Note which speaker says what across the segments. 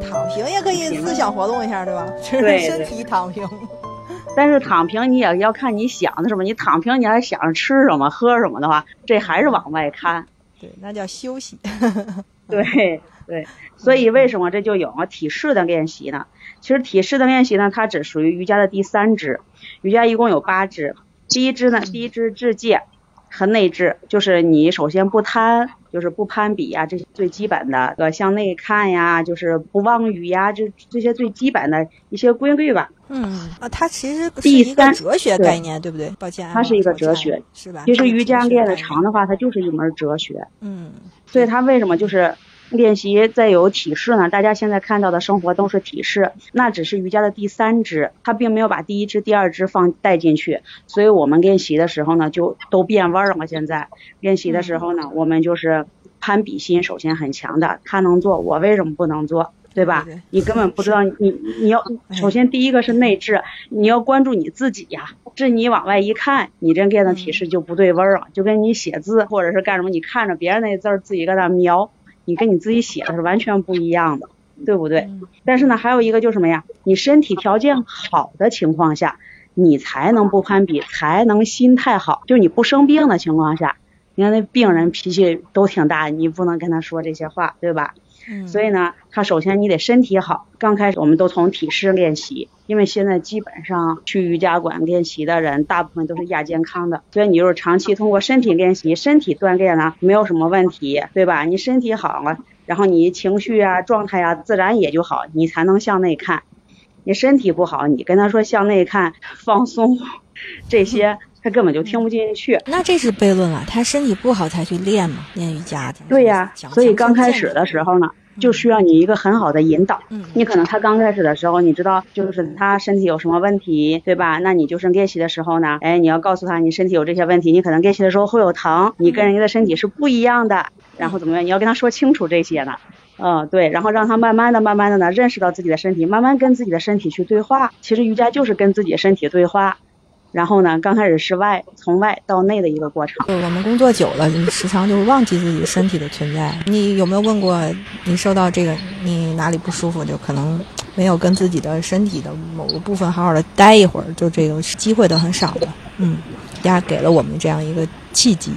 Speaker 1: 躺平也可以思想活动一下，对 吧？就
Speaker 2: 对
Speaker 1: 是
Speaker 2: 对
Speaker 1: 身体躺平。
Speaker 2: 但是躺平你也要看你想的什么，你躺平你还想着吃什么喝什么的话，这还是往外看。
Speaker 1: 对，那叫休息。
Speaker 2: 对 对，所以为什么这就有了体式的练习呢？其实体式的练习呢，它只属于瑜伽的第三支，瑜伽一共有八支。第一支呢，第一支智戒和内治，就是你首先不贪，就是不攀比呀、这些最基本的，呃，向内看呀，就是不妄语呀，这这些最基本的一些规律吧。
Speaker 1: 嗯啊，它其实是
Speaker 2: 第
Speaker 1: 一个
Speaker 2: 三
Speaker 1: 哲学
Speaker 2: 对
Speaker 1: 概念，对不对？抱歉，
Speaker 2: 它是一个
Speaker 1: 我说错
Speaker 2: 哲学
Speaker 1: 了，是吧？
Speaker 2: 其
Speaker 1: 它
Speaker 2: 实
Speaker 1: 是
Speaker 2: 瑜
Speaker 1: 哲
Speaker 2: 伽
Speaker 1: 学
Speaker 2: 练的
Speaker 1: 概念
Speaker 2: 长的话，它就是一门哲学。
Speaker 1: 嗯，
Speaker 2: 所以它为什么就是练习再有体式呢？大家现在看到的生活都是体式，那只是瑜伽的第三支，它并没有把第一支、第二支放带进去。所以我们练习的时候呢，就都变味儿了。现在练习的时候
Speaker 1: 嗯
Speaker 2: 呢，我们就是攀比心首先很强的，他能做，我为什么不能做？对吧
Speaker 1: 对对？
Speaker 2: 你根本不知道你你你要
Speaker 1: 哎
Speaker 2: 首先第一个是内置，你要关注你自己呀、这你往外一看，你这练的体式就不对味儿了，就跟你写字或者是干什么，你看着别人那字儿自己搁那描，你跟你自己写的是完全不一样的，对不对？
Speaker 1: 嗯
Speaker 2: 但是呢，还有一个就是什么呀？你身体条件好的情况下，你才能不攀比，才能心态好。就你不生病的情况下，你看那病人脾气都挺大，你不能跟他说这些话，对吧？
Speaker 1: 嗯，
Speaker 2: 所以呢，他首先你得身体好。刚开始我们都从体式练习，因为现在基本上去瑜伽馆练习的人，大部分都是亚健康的，所以你就是长期通过身体练习、身体锻炼呢，没有什么问题，对吧？你身体好了，然后你情绪啊、状态啊，自然也就好，你才能向内看。你身体不好，你跟他说向内看、放松，这些他根本就听不进去。
Speaker 1: 那这是悖论了。他身体不好才去练嘛，练瑜伽的。
Speaker 2: 对呀、
Speaker 1: 强
Speaker 2: 所以
Speaker 1: 强
Speaker 2: 刚
Speaker 1: 身
Speaker 2: 开
Speaker 1: 健
Speaker 2: 始
Speaker 1: 嘛
Speaker 2: 的时候呢，就需要你一个很好的引导。
Speaker 1: 嗯
Speaker 2: 你可能他刚开始的时候，你知道就是他身体有什么问题，对吧？那你就是练习的时候呢，哎，你要告诉他你身体有这些问题，你可能练习的时候会有疼，你跟人家的身体是不一样的，然后怎么样？你要跟他说清楚这些呢。嗯，对，然后让他慢慢的、慢慢的呢，认识到自己的身体，慢慢跟自己的身体去对话。其实瑜伽就是跟自己的身体对话，然后呢，刚开始是外从外到内的一个过程。
Speaker 1: 呃就我们工作久了，你时常就忘记自己身体的存在。你有没有问过，你受到这个你哪里不舒服，就可能没有跟自己的身体的某个部分好好的待一会儿，就这个机会都很少的。嗯，家给了我们这样一个契机，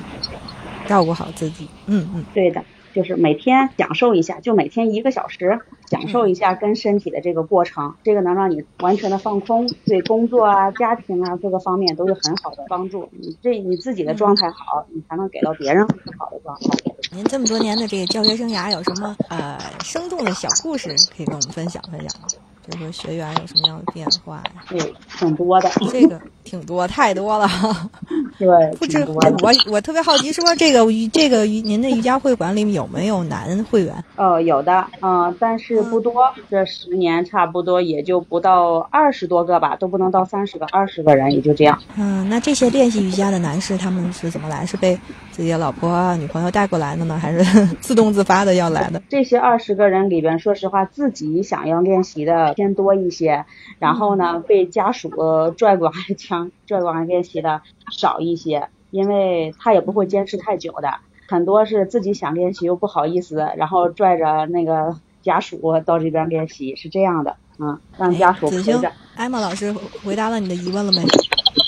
Speaker 1: 照顾好自己。嗯嗯，
Speaker 2: 对的，就是每天享受一下，就每天一个小时享受一下跟身体的这个过程，这个能让你完全的放空，对工作啊、家庭啊各个方面都有很好的帮助。你这你自己的状态好，你才能给到别人很好的状态。
Speaker 1: 您这么多年的这个教学生涯，有什么呃生动的小故事可以跟我们分享分享吗？比如说学员有什么样的变化呀？
Speaker 2: 对，挺多的，
Speaker 1: 这个挺多，太多了。
Speaker 2: 对，
Speaker 1: 不知
Speaker 2: 挺多的。
Speaker 1: 我我特别好奇，说这个瑜这个瑜您的瑜伽会馆里有没有男会员？
Speaker 2: 呃，有的，嗯、但是不多，这十年差不多也就不到二十多个吧，都不能到三十个，二十个人也就这样。
Speaker 1: 嗯，那这些练习瑜伽的男士他们是怎么来？是被自己的老婆啊、女朋友带过来的呢，还是 自动自发的要来的？
Speaker 2: 这些二十个人里边，说实话，自己想要练习的偏多一些，然后呢，被家属呃拽过来强拽过来练习的少一些，因为他也不会坚持太久的，很多是自己想练习又不好意思，然后拽着那个家属到这边练习，是这样的，嗯，让家属
Speaker 1: 哎子
Speaker 2: 陪
Speaker 1: 星
Speaker 2: 着。，
Speaker 1: 艾玛老师回答了你的疑问了没？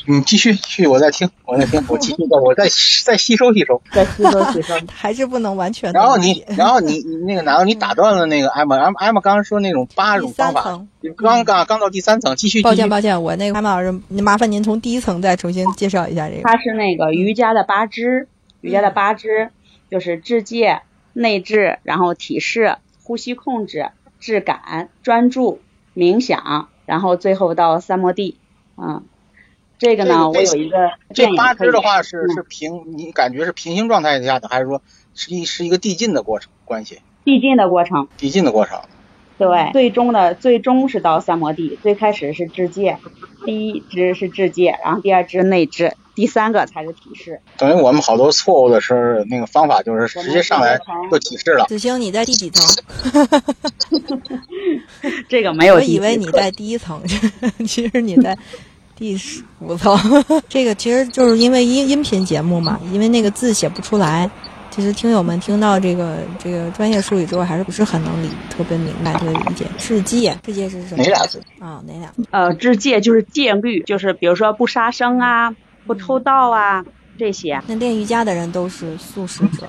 Speaker 3: 你继续，继续，我在听，我在听，我继续的，我再再吸收吸收。
Speaker 2: 再吸收吸收，
Speaker 1: 还是不能完全的。
Speaker 3: 然后你，然后你，你那个男的，你打断了那个艾玛，艾玛艾玛刚刚说那种八种
Speaker 1: 第三
Speaker 3: 方法，
Speaker 1: 层，嗯
Speaker 3: 刚刚刚到第三层，继续。
Speaker 1: 抱
Speaker 3: 继
Speaker 1: 歉
Speaker 3: 续
Speaker 1: 抱歉，我那个艾玛老师，麻烦您从第一层再重新介绍一下这个。
Speaker 2: 它是那个瑜伽的八支，瑜伽的八支就是智界、内治，然后体式、呼吸控制、质感、专注、冥想，然后最后到三摩地。嗯，这个呢，
Speaker 3: 这个
Speaker 2: 我有一个建
Speaker 3: 这
Speaker 2: 议
Speaker 3: 八
Speaker 2: 可以
Speaker 3: 支的话是
Speaker 2: 嗯
Speaker 3: 是平，你感觉是平行状态下的，还是说是一是一个递进的过程关系？
Speaker 2: 递进的过程。
Speaker 3: 递进的过程。嗯
Speaker 2: 对，最终的最终是到三摩地，最开始是制戒，第一支是制戒，然后第二支内治，第三个才是体式。
Speaker 3: 等于我们好多错误的时候，那个方法就是
Speaker 2: 我们
Speaker 3: 直接上来就提示了。
Speaker 1: 子星，你在第几层？
Speaker 2: 这个没有
Speaker 1: 我
Speaker 2: 第一
Speaker 1: 以为你
Speaker 2: 课
Speaker 1: 在第一层， 其实你在第十五层。这个其实就是因为音音频节目嘛，因为那个字写不出来。其实听友们听到这个这个专业术语之后，还是不是很能理特别明白、特别理解。世界，世界是什么？
Speaker 3: 哪俩字？
Speaker 1: 啊、哪俩？
Speaker 2: 呃，制戒就是戒律，就是比如说不杀生啊，不偷盗啊这些。
Speaker 1: 那练瑜伽的人都是素食者，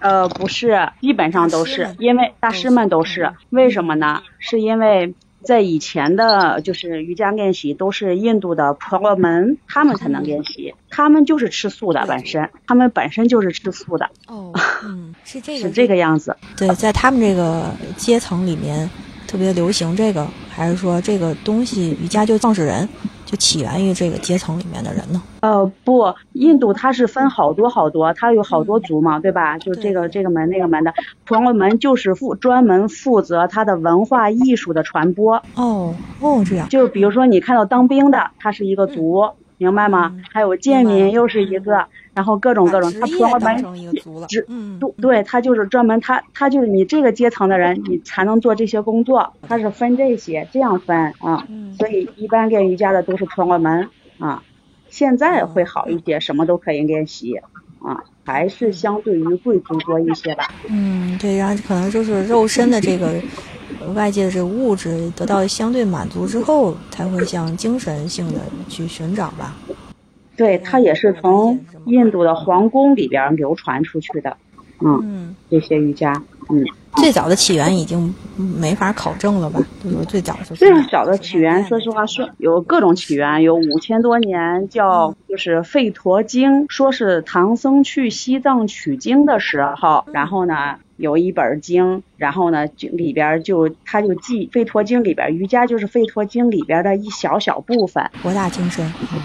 Speaker 2: 呃，不是，基本上都
Speaker 1: 大师
Speaker 2: 是
Speaker 1: 们，
Speaker 2: 因为大师们都是
Speaker 1: 嗯。
Speaker 2: 为什么呢？是因为在以前的，就是瑜伽练习都是印度的婆罗门，他们才能练习，他们就是吃素的
Speaker 1: 对
Speaker 2: 本身，他们本身就是吃素的，
Speaker 1: 哦，嗯，是这个，
Speaker 2: 是这个样子。
Speaker 1: 对，在他们这个阶层里面特别流行这个，还是说这个东西瑜伽就创始人就起源于这个阶层里面的人呢？
Speaker 2: 呃，不，印度它是分好多好多，它有好多族嘛，对吧？就
Speaker 1: 嗯对
Speaker 2: 这个这个门那个门的，婆罗门就是负专门负责它的文化艺术的传播，
Speaker 1: 哦哦，这样，
Speaker 2: 就是比如说你看到当兵的，他是一个族，明白吗
Speaker 1: 嗯？
Speaker 2: 还有贱
Speaker 1: 明白嗯
Speaker 2: 民又是一个，然后各种各种，
Speaker 1: 把
Speaker 2: 他
Speaker 1: 职
Speaker 2: 婆
Speaker 1: 业
Speaker 2: 罗
Speaker 1: 当
Speaker 2: 门
Speaker 1: 成一个族了
Speaker 2: 只，
Speaker 1: 嗯，
Speaker 2: 对对，他就是专门他他就是你这个阶层的人，你才能做这些工作，他是分这些这样分啊，
Speaker 1: 嗯，
Speaker 2: 所以一般练瑜伽的都是婆罗门啊，现在会好一些，什么都可以练习啊，还是相对于贵族多一些吧。
Speaker 1: 嗯，对，然后可能就是肉身的这个呃外界的这个物质得到相对满足之后，才会向精神性的去寻找吧。
Speaker 2: 对，它也是从印度的皇宫里边流传出去的
Speaker 1: 嗯，
Speaker 2: 这些瑜伽，嗯。
Speaker 1: 最早的起源已经没法考证了吧？就是最早是
Speaker 2: 最
Speaker 1: 从哪
Speaker 2: 啊早的
Speaker 1: 从
Speaker 2: 起
Speaker 1: 哪
Speaker 2: 源，
Speaker 1: 练
Speaker 2: 说
Speaker 1: 的
Speaker 2: 实话是有各种起源，有五千多年，叫就是吠陀经，说是唐僧去西藏取经的时候，然后呢有一本经，然后呢就里边就他就记吠陀经里边瑜伽就是吠陀经里边的一小小部分，
Speaker 1: 博大精深。嗯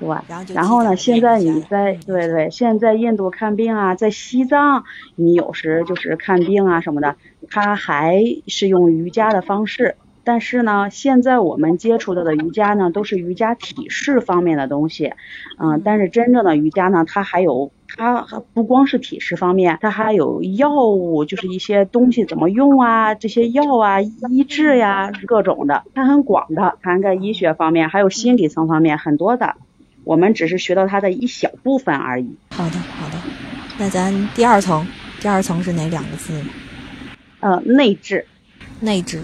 Speaker 2: 对。
Speaker 1: 然后就
Speaker 2: 然后呢，
Speaker 1: 记载
Speaker 2: 现在
Speaker 1: 了这
Speaker 2: 你
Speaker 1: 个
Speaker 2: 在对对，现在印度看病啊，在西藏，你有时就是看病啊什么的，它还是用瑜伽的方式。但是呢，现在我们接触到的瑜伽呢，都是瑜伽体式方面的东西，嗯、但是真正的瑜伽呢，它还有它还不光是体式方面，它还有药物，就是一些东西怎么用啊，这些药啊、医治呀、各种的，它很广的，涵盖医学方面，还有心理层方面很多的。我们只是学到它的一小部分而已。
Speaker 1: 好的好的，那咱第二层，第二层是哪两个字呢？
Speaker 2: 呃，内治，
Speaker 1: 内治，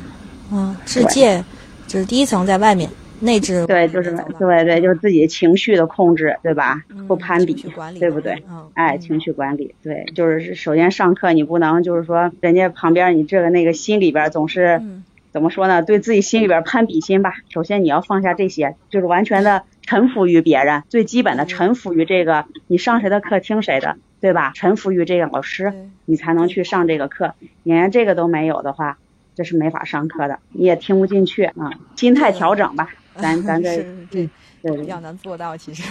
Speaker 1: 啊，世界就是第一层在外面，内治
Speaker 2: 对，就是
Speaker 1: 我们再走吧
Speaker 2: 对对，就是自己情绪的控制，对吧？
Speaker 1: 嗯
Speaker 2: 不攀比
Speaker 1: 情绪管理，
Speaker 2: 对不对？
Speaker 1: 嗯，
Speaker 2: 哎，
Speaker 1: 嗯
Speaker 2: 情绪管理，对，就是首先上课你不能就是说人家旁边你这个那个心里边总是
Speaker 1: 嗯
Speaker 2: 怎么说呢？对自己心里边攀比心吧。首先你要放下这些，就是完全的臣服于别人，最基本的
Speaker 1: 嗯
Speaker 2: 臣服于这个你上谁的课听谁的，对吧？臣服于这个老师，
Speaker 1: 对
Speaker 2: 你才能去上这个课。你连这个都没有的话，这是没法上课的，你也听不进去啊、心态调整 吧，咱咱这
Speaker 1: 是是这
Speaker 2: 对
Speaker 1: 比较难做到，其实，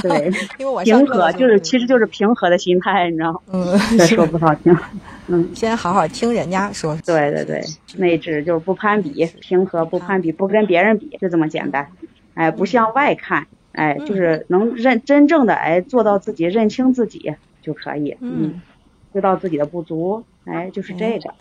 Speaker 2: 对，
Speaker 1: 因为我上
Speaker 2: 平
Speaker 1: 课的
Speaker 2: 和
Speaker 1: 时候
Speaker 2: 就是其实就是平和的心态，你知 道吗？
Speaker 1: 嗯，
Speaker 2: 这说不好听。
Speaker 1: 先好好听人家说，
Speaker 2: 对对对，内置就是不攀比，平和不攀比，不跟别人比，就这么简单。哎，不向外看，哎，就是能认真正的哎做到自己认清自己就可以，嗯，
Speaker 1: 嗯，
Speaker 2: 知道自己的不足，哎，就是这个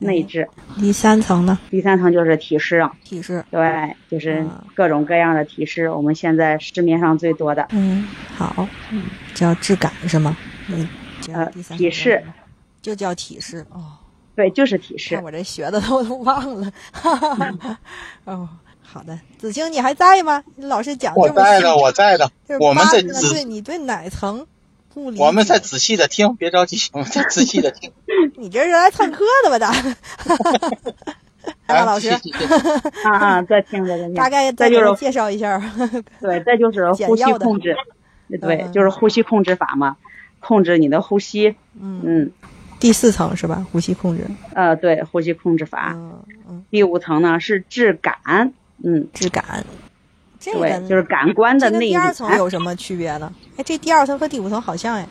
Speaker 2: 内置。
Speaker 1: 第三层呢，
Speaker 2: 第三层就是体式了，
Speaker 1: 体式，
Speaker 2: 对，就是
Speaker 1: 啊
Speaker 2: 各种各样的体式，我们现在市面上最多的。
Speaker 1: 嗯，好，嗯，叫质感是吗？嗯，这样
Speaker 2: 呃
Speaker 1: 第三
Speaker 2: 体
Speaker 1: 层叫
Speaker 2: 式
Speaker 1: 什么，就叫体式哦。
Speaker 2: 对，就是体式
Speaker 1: 看。我这学的都 都忘了，哈哈哈。哦，好的，子清你还在吗？你老是讲
Speaker 3: 我
Speaker 1: 啊这么
Speaker 3: 在
Speaker 1: 细
Speaker 3: 的，我在的，
Speaker 1: 就是
Speaker 3: 我们
Speaker 1: 扒
Speaker 3: 在
Speaker 1: 出来
Speaker 3: 仔
Speaker 1: 对你对哪层不理解？
Speaker 3: 我们再仔细的听，别着急，我们再仔细的听。
Speaker 1: 你这是来蹭课的吧？咱 大老师
Speaker 3: 哎谢谢谢谢
Speaker 2: 啊啊，再听着再 听。
Speaker 1: 大概再
Speaker 2: 再
Speaker 1: 给
Speaker 2: 就
Speaker 1: 我们
Speaker 2: 是
Speaker 1: 介绍一下。
Speaker 2: 对，再就是
Speaker 1: 简
Speaker 2: 呼吸
Speaker 1: 要的
Speaker 2: 控制，对
Speaker 1: 嗯，
Speaker 2: 就是呼吸控制法嘛，控制你的呼吸，
Speaker 1: 嗯，
Speaker 2: 嗯，
Speaker 1: 第四层是吧？呼吸控制。
Speaker 2: 呃，对，呼啊吸控制法。
Speaker 1: 嗯嗯，
Speaker 2: 第五层呢是质感，嗯，
Speaker 1: 质感，这个
Speaker 2: 对，就是感官的
Speaker 1: 这跟
Speaker 2: 内
Speaker 1: 第
Speaker 2: 里，
Speaker 1: 二层有什么区别呢？哎，这第二层和第五层好像哎。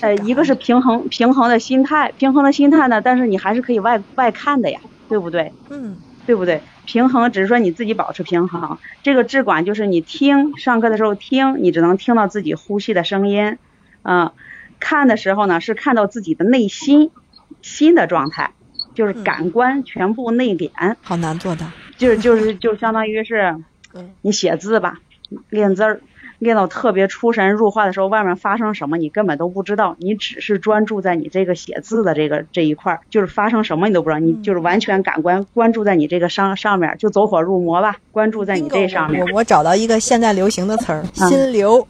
Speaker 2: 呃，一个是平衡平衡的心态，平衡的心态呢，但是你还是可以外外看的呀，对不对？
Speaker 1: 嗯，
Speaker 2: 对不对？平衡只是说你自己保持平衡，这个智管就是你听上课的时候听，你只能听到自己呼吸的声音，嗯、看的时候呢是看到自己的内心心的状态，就是
Speaker 1: 嗯
Speaker 2: 感官全部内敛，
Speaker 1: 好难做到。
Speaker 2: 就是就是就相当于是
Speaker 1: 嗯
Speaker 2: 你写字吧，练字儿，练到特别出神入化的时候，外面发生什么你根本都不知道，你只是专注在你这个写字的这个这一块儿，就是发生什么你都不知道，你
Speaker 1: 嗯
Speaker 2: 就是完全感官关注在你这个上上面儿，就走火入魔吧，关注在你
Speaker 1: Bingo，
Speaker 2: 这上面
Speaker 1: 我我找到一个现在流行的词儿，
Speaker 2: 嗯
Speaker 1: 心流，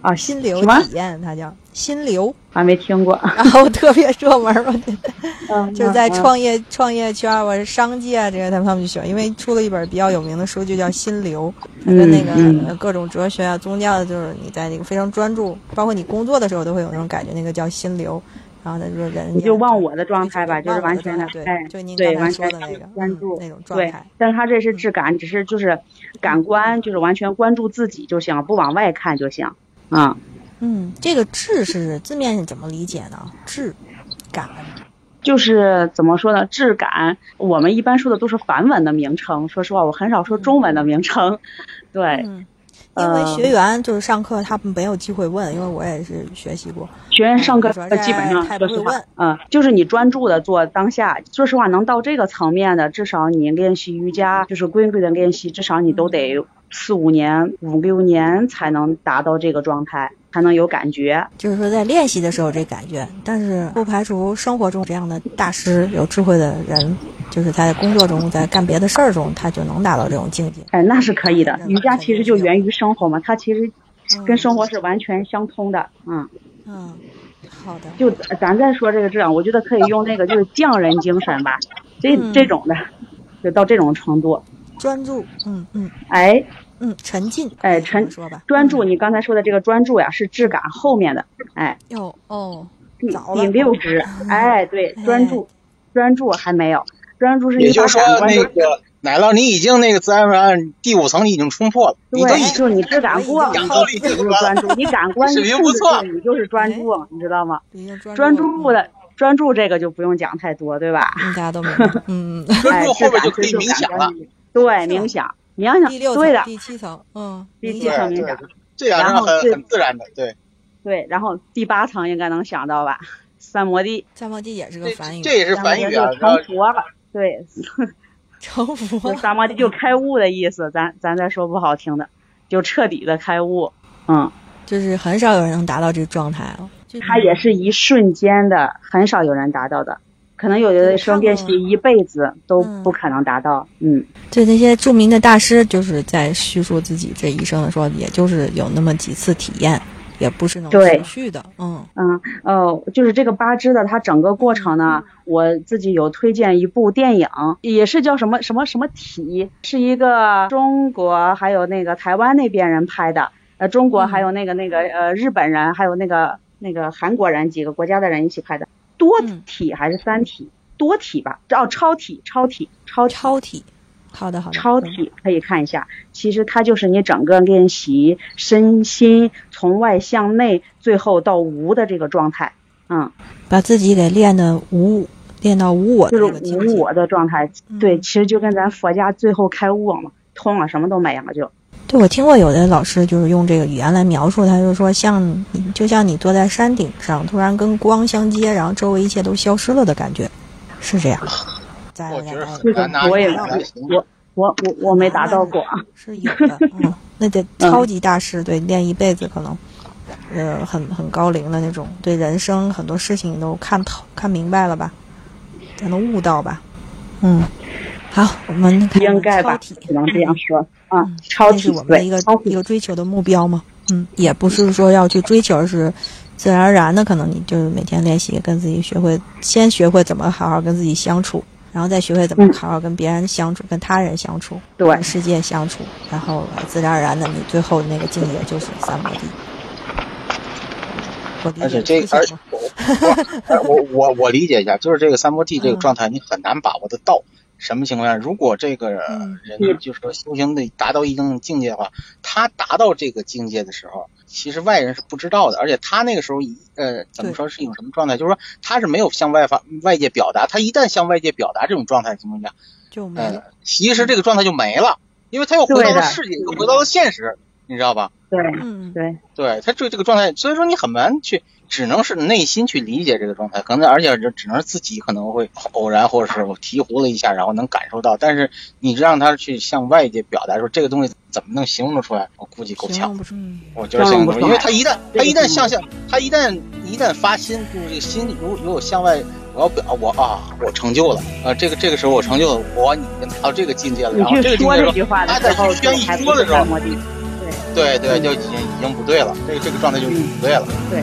Speaker 2: 啊，
Speaker 1: 心流
Speaker 2: 什么
Speaker 1: 体验，它叫心流。
Speaker 2: 还没听过，
Speaker 1: 然后我特别热门儿，我觉得
Speaker 2: 嗯
Speaker 1: 就是在创业、创业圈儿，我是商界啊这些，他们他们就喜欢，因为出了一本比较有名的书，就叫《心流》，它跟那个、
Speaker 2: 嗯嗯
Speaker 1: 呃各种哲学啊、宗教，就是你在那个非常专注，包括你工作的时候都会有那种感觉，那个叫心流。然后他说人，
Speaker 2: 你就忘我的状态吧，就
Speaker 1: 忘
Speaker 2: 是
Speaker 1: 我
Speaker 2: 完
Speaker 1: 的
Speaker 2: 全
Speaker 1: 状
Speaker 2: 的
Speaker 1: 态，
Speaker 2: 哎
Speaker 1: 对，，就您刚
Speaker 2: 对，
Speaker 1: 才
Speaker 2: 完
Speaker 1: 说
Speaker 2: 全
Speaker 1: 的那个
Speaker 2: 专
Speaker 1: 嗯
Speaker 2: 注
Speaker 1: 那种状
Speaker 2: 对
Speaker 1: 态，，嗯
Speaker 2: 但是他这是质感，只是就是感官，就是完全关注自己就行，不往外看就行。啊、
Speaker 1: 嗯，这个智是字面怎么理解呢？智感，
Speaker 2: 就是怎么说呢？质感，我们一般说的都是梵文的名称。说实话，我很少说中文的名称。 对，
Speaker 1: 嗯，
Speaker 2: 哎
Speaker 1: 因为学员就是上课他们没有机会问，因为我也是学习过，
Speaker 2: 学员上课
Speaker 1: 你说这
Speaker 2: 基本上
Speaker 1: 太不
Speaker 2: 说
Speaker 1: 会
Speaker 2: 实话
Speaker 1: 问，
Speaker 2: 嗯，就是你专注的做当下。说实话，能到这个层面的，至少你练习瑜伽，就是规律的练习，至少你
Speaker 1: 嗯
Speaker 2: 都得四五年、五六年才能达到这个状态，才能有感觉。
Speaker 1: 就是说在练习的时候这感觉，但是不排除生活中这样的大师、有智慧的人，就是在工作中、在干别的事儿中，他就能达到这种境界。
Speaker 2: 哎，那是可以的。
Speaker 1: 嗯
Speaker 2: 瑜伽其实就源于生活嘛，它其实
Speaker 1: 嗯
Speaker 2: 跟生活是完全相通的。嗯，
Speaker 1: 嗯，好的，
Speaker 2: 就咱再说这个这样，我觉得可以用那个就是匠人精神吧，这
Speaker 1: 嗯
Speaker 2: 这种的，就到这种程度。
Speaker 1: 专注，嗯嗯
Speaker 2: 哎，
Speaker 1: 嗯，沉浸，嗯
Speaker 2: 哎
Speaker 1: 这么
Speaker 2: 沉
Speaker 1: 说吧，
Speaker 2: 专注，你刚才说的这个专注呀，是质感后面的。哎，
Speaker 1: 哟哦，
Speaker 2: 第
Speaker 1: 早了
Speaker 2: 第六支，哎，对，专注，专注还没有，专注是
Speaker 3: 也
Speaker 2: 你
Speaker 3: 就
Speaker 2: 把
Speaker 3: 是说
Speaker 2: 感，官
Speaker 3: 那
Speaker 2: 都
Speaker 3: 个奶酪，你已经那个自然而然第五层你已经冲破了，你都已
Speaker 2: 对，
Speaker 3: 经
Speaker 2: 就是你质感过了，
Speaker 1: 感
Speaker 2: 你
Speaker 1: 官
Speaker 3: 已
Speaker 2: 就是
Speaker 3: 经过了
Speaker 2: 专注，你感官
Speaker 3: 水
Speaker 2: 一
Speaker 3: 平
Speaker 2: 控
Speaker 3: 不
Speaker 2: 制
Speaker 3: 错
Speaker 2: 住了你就是专
Speaker 1: 哎
Speaker 2: 注了，你知道吗？
Speaker 1: 已经专
Speaker 2: 专注
Speaker 1: 注，
Speaker 2: 的专注这个就不用讲太多，对吧？
Speaker 1: 嗯，大家都明白，嗯，嗯
Speaker 3: 专
Speaker 2: 哎，
Speaker 3: 注
Speaker 2: 这
Speaker 3: 后面
Speaker 2: 感
Speaker 3: 就可以
Speaker 2: 受
Speaker 3: 冥想
Speaker 2: 感
Speaker 3: 了
Speaker 2: 官。力对，冥想，冥
Speaker 1: 啊第六
Speaker 2: 想，
Speaker 1: 层
Speaker 2: 对的，
Speaker 1: 第七层，嗯，
Speaker 2: 第
Speaker 1: 理
Speaker 2: 七
Speaker 1: 解
Speaker 3: 对
Speaker 2: 层
Speaker 3: 对
Speaker 2: 冥想，
Speaker 3: 这样
Speaker 2: 然
Speaker 3: 是
Speaker 2: 后
Speaker 3: 很
Speaker 2: 是
Speaker 3: 很自然的，对。
Speaker 2: 对。然后第八层应该能想到吧？三摩地，
Speaker 1: 三摩地也是个
Speaker 3: 这
Speaker 1: 梵语，
Speaker 3: 这也是
Speaker 2: 三摩
Speaker 3: 梵
Speaker 2: 地
Speaker 3: 语
Speaker 2: 就
Speaker 3: 啊，然后
Speaker 2: 成佛了。 对，
Speaker 1: 成佛
Speaker 2: 就三摩地就开悟的意思，咱咱再说不好听的，就彻底的开悟。嗯，
Speaker 1: 就是很少有人能达到这状态啊。就是
Speaker 2: 它也是一瞬间的，很少有人达到的。可能有的
Speaker 1: 看
Speaker 2: 生练
Speaker 1: 过
Speaker 2: 习一辈子都
Speaker 1: 嗯
Speaker 2: 不可能达到，嗯，
Speaker 1: 对那些著名的大师，就是在叙述自己这一生的时候，也就是有那么几次体验，也不是能
Speaker 2: 对
Speaker 1: 持续的。嗯，
Speaker 2: 嗯，呃，就是这个八支的，它整个过程呢，我自己有推荐一部电影，也是叫什么什么什么体，是一个中国还有那个台湾那边人拍的，呃，中国还有那个那个呃日本人，还有那个那个韩国人几个国家的人一起拍的，多
Speaker 1: 嗯
Speaker 2: 体还是三体？多体吧，哦，超体，超体，超体。
Speaker 1: 超体，好的好的，
Speaker 2: 超体可以看一下，其实它就是你整个练习身心从外向内，最后到无的这个状态，嗯，
Speaker 1: 嗯把自己给练的无，练到无我的
Speaker 2: 就
Speaker 1: 这
Speaker 2: 是
Speaker 1: 个境界
Speaker 2: 无我的状态。对，
Speaker 1: 嗯
Speaker 2: 其实就跟咱佛家最后开悟了嘛，通了，什么都没了就。
Speaker 1: 对，我听过有的老师就是用这个语言来描述，他就说像你就像你坐在山顶上，突然跟光相接，然后周围一切都消失了的感觉，是这样。在
Speaker 3: 我觉得很
Speaker 2: 这种
Speaker 3: 难拿
Speaker 2: 我也
Speaker 3: 拿拿
Speaker 2: 我我我我没达到过，
Speaker 1: 是有的，嗯，那得超级大师，对，练一辈子可能，呃，很很高龄的那种，对人生很多事情都看透、看明白了吧，才能悟到吧，嗯，好，我们看
Speaker 2: 应
Speaker 1: 嗯
Speaker 2: 该
Speaker 1: 超
Speaker 2: 吧，
Speaker 1: 体，
Speaker 2: 只能这样说啊
Speaker 1: 嗯，
Speaker 2: 超
Speaker 1: 这是
Speaker 2: 体
Speaker 1: 我们的一
Speaker 2: 对
Speaker 1: 个，
Speaker 2: 超
Speaker 1: 一
Speaker 2: 体
Speaker 1: 个追求的目标嘛，嗯，也不是说要去追求，而是自然而然的，可能你就是每天练习，跟自己学会，先学会怎么好好跟自己相处。然后再学会怎么
Speaker 2: 嗯
Speaker 1: 好好跟别人相处，跟他人相处，
Speaker 2: 对
Speaker 1: 跟，世界相处，然后呃自然而然的，你最后那个境界就是三摩地。我理
Speaker 3: 而且
Speaker 1: 解
Speaker 3: 这
Speaker 1: 出
Speaker 3: 个，
Speaker 1: 现
Speaker 3: 而且哎
Speaker 1: 了
Speaker 3: 我我我我理解一下，就是这个三摩地这个状态，你很难把握得到。什么情况下，如果这个人就是说修行的达到一定境界的话，他达到这个境界的时候，其实外人是不知道的，而且他那个时候一呃怎么说是一种什么状态，就是说他是没有向外发外界表达，他一旦向外界表达这种状态的情况下，
Speaker 1: 就没
Speaker 3: 呃
Speaker 1: 了。，
Speaker 3: 其实这个状态就没了，因为他又回到
Speaker 2: 对的
Speaker 3: 了世界，又回到了现实，你知道吧？
Speaker 2: 对
Speaker 1: 嗯，
Speaker 2: 对，
Speaker 3: 对他对这个状态，所以说你很难去，只能是内心去理解这个状态，可能而且只能是自己可能会偶然或者是我醍醐了一下，然后能感受到，但是你让他去向外界表达说这个东西怎么能形容得出来，我估计够
Speaker 1: 形容
Speaker 3: 呛。
Speaker 1: 不出。嗯
Speaker 3: 我觉得形容不出来，因为他一旦
Speaker 2: 这个
Speaker 3: 他一旦
Speaker 2: 形容
Speaker 3: 向下，他一旦一旦发心，就是这个心如如果向外，我要表我啊，我成就了啊，这个这个时候我成就了，我你到这个境界了，
Speaker 2: 你
Speaker 3: 然后这
Speaker 2: 去
Speaker 3: 个境
Speaker 2: 说
Speaker 3: 界的时
Speaker 2: 这
Speaker 3: 候
Speaker 2: 句话的
Speaker 3: 他
Speaker 2: 时
Speaker 3: 在
Speaker 2: 候，
Speaker 3: 宣一
Speaker 2: 还
Speaker 3: 说
Speaker 2: 不
Speaker 3: 的
Speaker 2: 是
Speaker 3: 时候
Speaker 2: 三摩地，嗯
Speaker 3: 对对，就已经已经不对了，这个这个状态就已经不对了。
Speaker 2: 对，